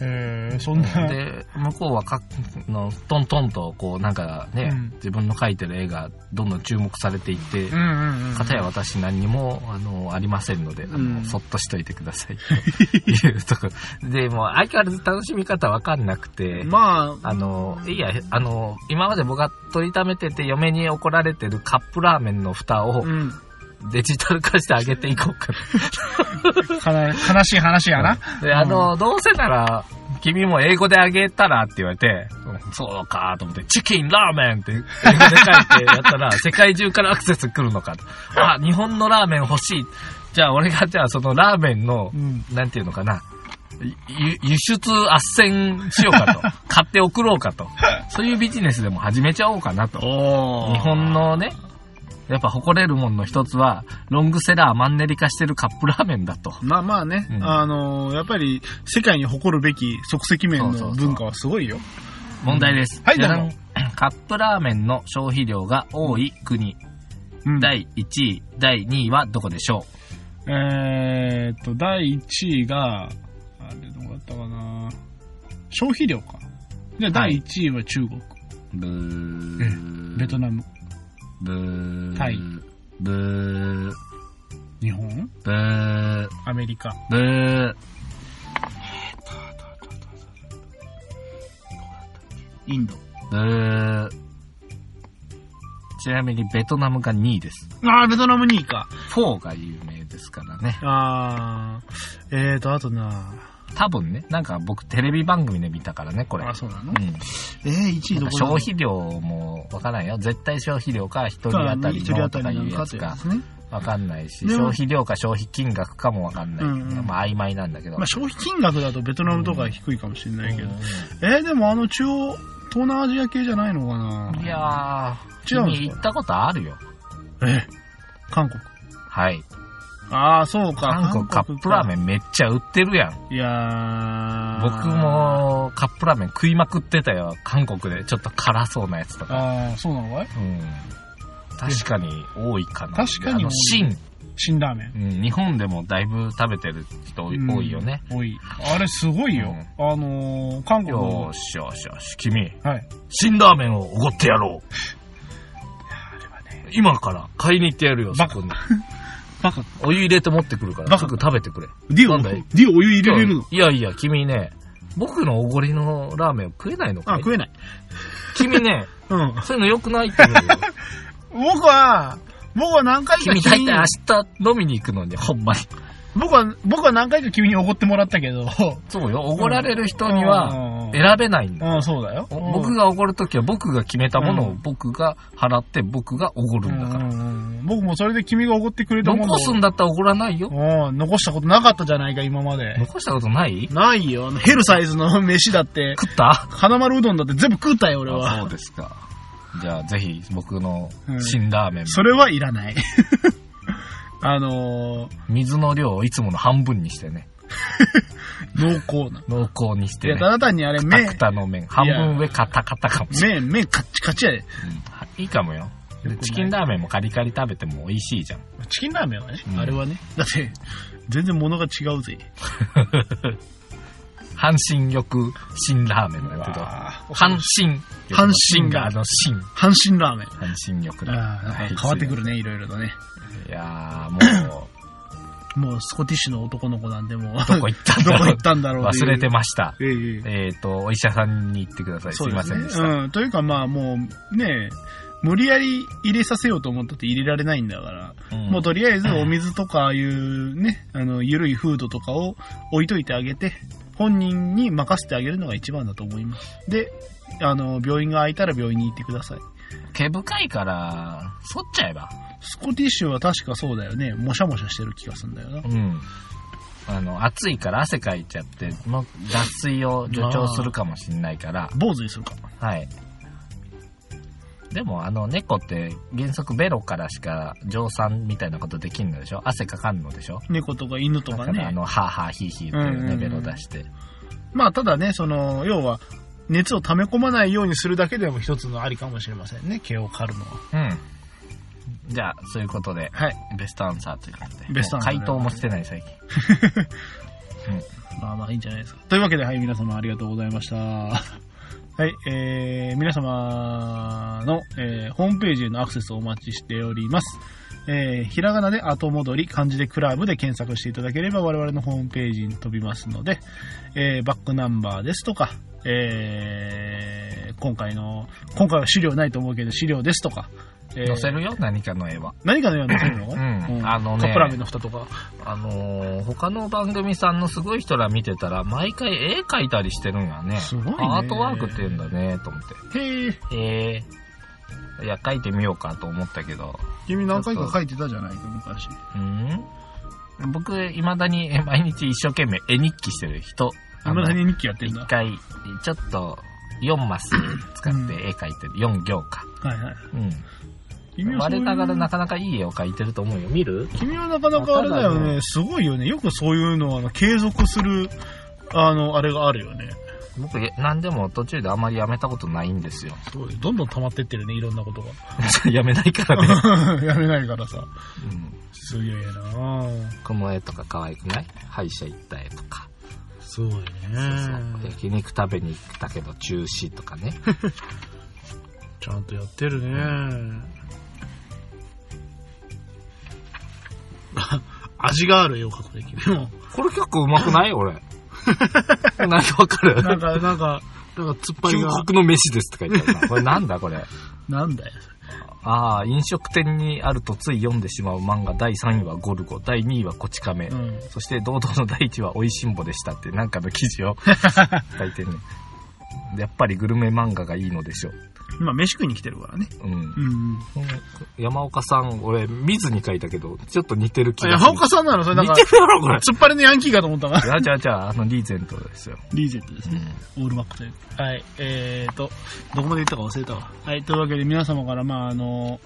へえ、そんな。
で、向こうはかの、トントンと、こう、なんかね、
うん
自分の描いてる絵がどんどん注目されていって、
うんうんうん。
かたや私何にも、あの、ありませんので、あの、
うん
そっとしといてくださいっていうとこ。で、もう相変わらず楽しみ方わかんなくて、
まあ、
あの、いいや、あの、今まで僕が取りためてて嫁に怒られてるカップラーメンの蓋を
うん。
デジタル化してあげていこうか
かな悲しい話やな。
な。で、あの、どうせなら、君も英語であげたらって言われて、うんそうかと思って、チキンラーメンって英語で書いてやったら、世界中からアクセス来るのかと。あ、日本のラーメン欲しい。じゃあ俺がじゃあそのラーメンの
う、ん。
なんていうのかな、ゆ輸出斡旋しようかと。買って送ろうかと。そういうビジネスでも始めちゃおうかなと。
お
日本。のね、やっぱ誇れるもんの一つは、ロングセラーマンネリ化してるカップラーメンだと。
まあまあね、
うん
あのやっぱり世界に誇るべき即席麺
そう
の
そうそう
文化はすごいよ。
問題です。
はい
じゃらん
どう
カップラーメンの消費量が多い国、
うん
第1位、第2位はどこでしょ
えーっと、第1位が、あれどこだったかな消費量か。じゃあ
は
第
い
1位は中国、
うブー。
ベトナム、
ブー。
タイ
ブー。
日本、
ブー。
アメリカ。
ブー。
インド。
ブー。ちなみにベトナムが2位です。
あー、ベトナム2位か。
フォーが有名ですからね。
あー、えーと、あとな
多分ね、なんか僕テレビ番組で見たからね、これ。
あ、そうなの
うん。
えー、1位どこ
消費量もわからんよ。絶対消費量か一人当たり
一人
の
当
と
た
かい
りな
うんや
かと
つ
いうや
か
つね。
わかんないし、
でも
消費量か消費金額かもわかんない。
うんうん
まあ曖昧なんだけど。
まあ、消費金額だとベトナムとかは低いかもしれないけど。
う
えー、でもあの中央、東南アジア系じゃないのかなん
いや
違う
ー、
んですか
に行ったことあるよ。
えー韓国。
はい。
ああ、そうか。
韓国カップラーメ
ン。
ンめっちゃ売ってるやん。
いやー
僕。もカップラーメン食いまくってたよ。韓国で。ちょっと辛そうなやつとか。
ああ、そうなのかい
うん。確かに多いかな。
確かに
あ
多い
の、芯。
辛ラーメン。
うん日本でもだいぶ食べてる人多い多いよね。
うん。多い。あれすごいよ。あのー、韓国
よー。
の
しよしよし、君、
はい。
辛ラーメンをおごってやろう。
あれはね、
今から買いに行ってやるよ、そ
バカ
こに。
バカ。
お湯入れて持ってくるか
バ
ら、
カ
すぐ食べてくれ。
ディ
な
オ、
んだ
デ
い
ィオお湯入れれるの
いやいや、君ね、僕のおごりのラーメンを食えないのか
あ、
い
食えない。
君 ね、
うん。
そういうの良くないって 言うよ。
僕は、僕は何回か
君
君
大
に
体明日飲みに行くのに、ほんまに。
僕は、僕は何回か君におごってもらったけど。
そうよ、おごられる人には選べないんだ。
うん、そうだよ。
僕がおごるときは僕が決めたものを僕が払って僕がおごるんだから。
うんうんうん僕もそれで君がおごってくれたものを
残すんだったらおごらないよ。
うん、残したことなかったじゃないか、今まで。
残したことない
ないよ。あのヘルサイズの 飯だって、
食った
花丸うどんだって全部食うたよ、俺
あ
は。
ですか。じゃあぜひ僕の
うん
辛ラーメン、
それはいらない。 あのー、
水の量をいつもの半分にしてね、
濃厚な。
濃厚にし
い
て
や、
ね
た、だ単にあれ、
くた
麺
く、たの麺、半分上カタカタかもしれない。
麺、麺カッチカチやで。
うんいいかもよ。でチキンラーメンもカリカリ食べても美味しいじゃん。
チキンラーメンはね、
うん
あれはね。だって、全然物が違うぜ。
半身浴新ラーメンだけど、半身浴
半
の
身
芯
が
があの芯。
阪神ラーメン。
半身浴
ああ、
だ。
なんか変わってく
る。
るね、いろいろとね。
いやー も
もう、スコティッシュの男の子なんで、もう、
う、どこ行ったん
ど
だ
こ
ろ
行
う
っ。たんだろう
忘れて
ま
ました。
ええええ
えっ、と、お医者さんに行ってください。すいませんでした。
うん。というかまあもうね、無理やり入れさせようと思ったって入れられないんだから、
うん
もうとりあえずお水とかああいうね、あの、ゆるいフードとかを置いといてあげて、本人に任せてあげるのが一番だと思います。で、あの、病院が空いたら病院に行ってください。
毛深いから、剃っちゃえば。
スコティッシュは確かそうだよね。もしゃもしゃしてる気がするんだよな。
うん。あの、暑いから汗かいちゃって、もう脱水を助長するかもしれないから、
坊主にするか。
はい。でも、あの、猫って原則ベロからしか蒸散みたいなことできんのでしょ汗かかんのでしょ
猫とか犬と
だ
か
から、あ
ね。
の、ハーハーヒーヒーっていう
うんうんう
ね、
ん
ベロ出して。
まあただね、その、要は、熱を溜め込まないようにするだけでも一つのありかもしれませんね。毛を刈るのは。
うん。じゃあ、そういうことで、
はい。
ベストアンサーということで。
ベストアンサー
もう回答もしてない、最近。
まあまあいいんじゃないですか。というわけで、はい、皆様ありがとうございました。はい、えー、皆様の、えーホームページへのアクセスをお待ちしております。えー、ひらがなで後戻り、漢字でクラブで検索していただければ我々のホームページに飛びますので、えー、バックナンバーですとか、えー、今回の、今回は資料ないと思うけど資料ですとか、えー
載せるよ、何かの絵は。
何かのように載せるのかな、
うんあのね
カップラーメンの蓋とか。
あのー他の番組さんのすごい人ら見てたら、毎回絵描いたりしてるんやね。
すごいね
アートワークって言うんだね、と思って。
へえ、
えー、いや、描いてみようかと思ったけど、
君何回か書いてたじゃないか、昔。
うん僕、未だにえ毎日一生懸命絵日記してる人。あの
今何日記やってんだ
一。回、ちょっと、4マス使って絵描いてる。4行か。
はいはい。
うん。
君はそ
我
ういう
ながらなかなかいい絵を描いてると思うよ。見る
君はなかなかあれだよね。すごいよね。よくそういうのをあの継続する、あの、あれがあるよね。
僕、え何でも途中であまりやめたことないんですよ。
すごい。どんどん溜まってってるね、いろんなこと
やめないから ね。
が。やめないからさ。
うん
すげえな
この絵とか可愛くない歯医者行った絵とか。
すごいね。
そう焼肉食べに行ったけど中止とかね。
ちゃんとやってるね。 味がある絵を描くね、君も。
これ結構うまくない 俺。なんかわかる
なん か、なんか、なんか突っ張り
中
が。
国の飯ですって書いてあるな。これなんだこれ。
なんだよ。
ああ、飲食店にあるとつい読んでしまう漫画第3位はゴルゴ、第2位はコチカメ、
うん。
そして堂々の第1位は美味しんぼでしたってなんかの記事 を書いてるね。やっぱりグルメ漫画がいいのでしょう。
今、飯食いに来てるからね。
うん
う。ん。
山岡さん、俺、見ずに書いたけど、ちょっと似てる気がする。
山岡さんなのそれ、なん
似
か
て、るやろ、これ。
突っ張りのヤンキーかと思ったな。
じゃあじゃあじゃあ、あの、リーゼントですよ。
リーゼントですね。オールバックという。はい。えーと、どこまで言ったか忘れたわ。はい。というわけで皆様から、まあ、あの、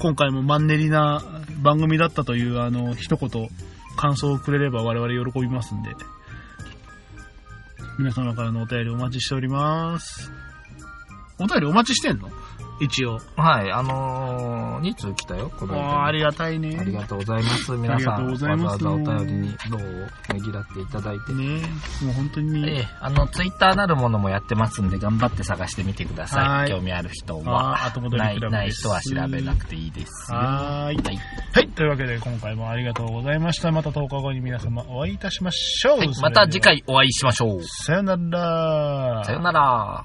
今回もマンネリな番組だったという、あの、一言、感想をくれれば我々喜びますんで、皆様からのお便りお待ちしております。お便りお待ちしてんの一応。
はい、あのー、2通来たよ、この
あーありがたいね。
ありがとうございます。皆さ
ありがと
ん、
う
わ
ござ
ざ
いま
わ
す
ざお便りに、どうねぎらっていただいて。
ねもう本当に
え
ね、
え、あの、ツイッターなるものもやってますんで、頑張って探してみてくださ。
はいい
興味ある人
あ
は
ー後戻。り
ない、
クラブです
ない人は調べなくていいですよ。は
はーい。
い。
はい。というわけで、今回もありがとうございました。また10日後に皆様お会いいたしましょう。
はい
それでは
また次。回お会いしましょう。
さよなら。
さよなら。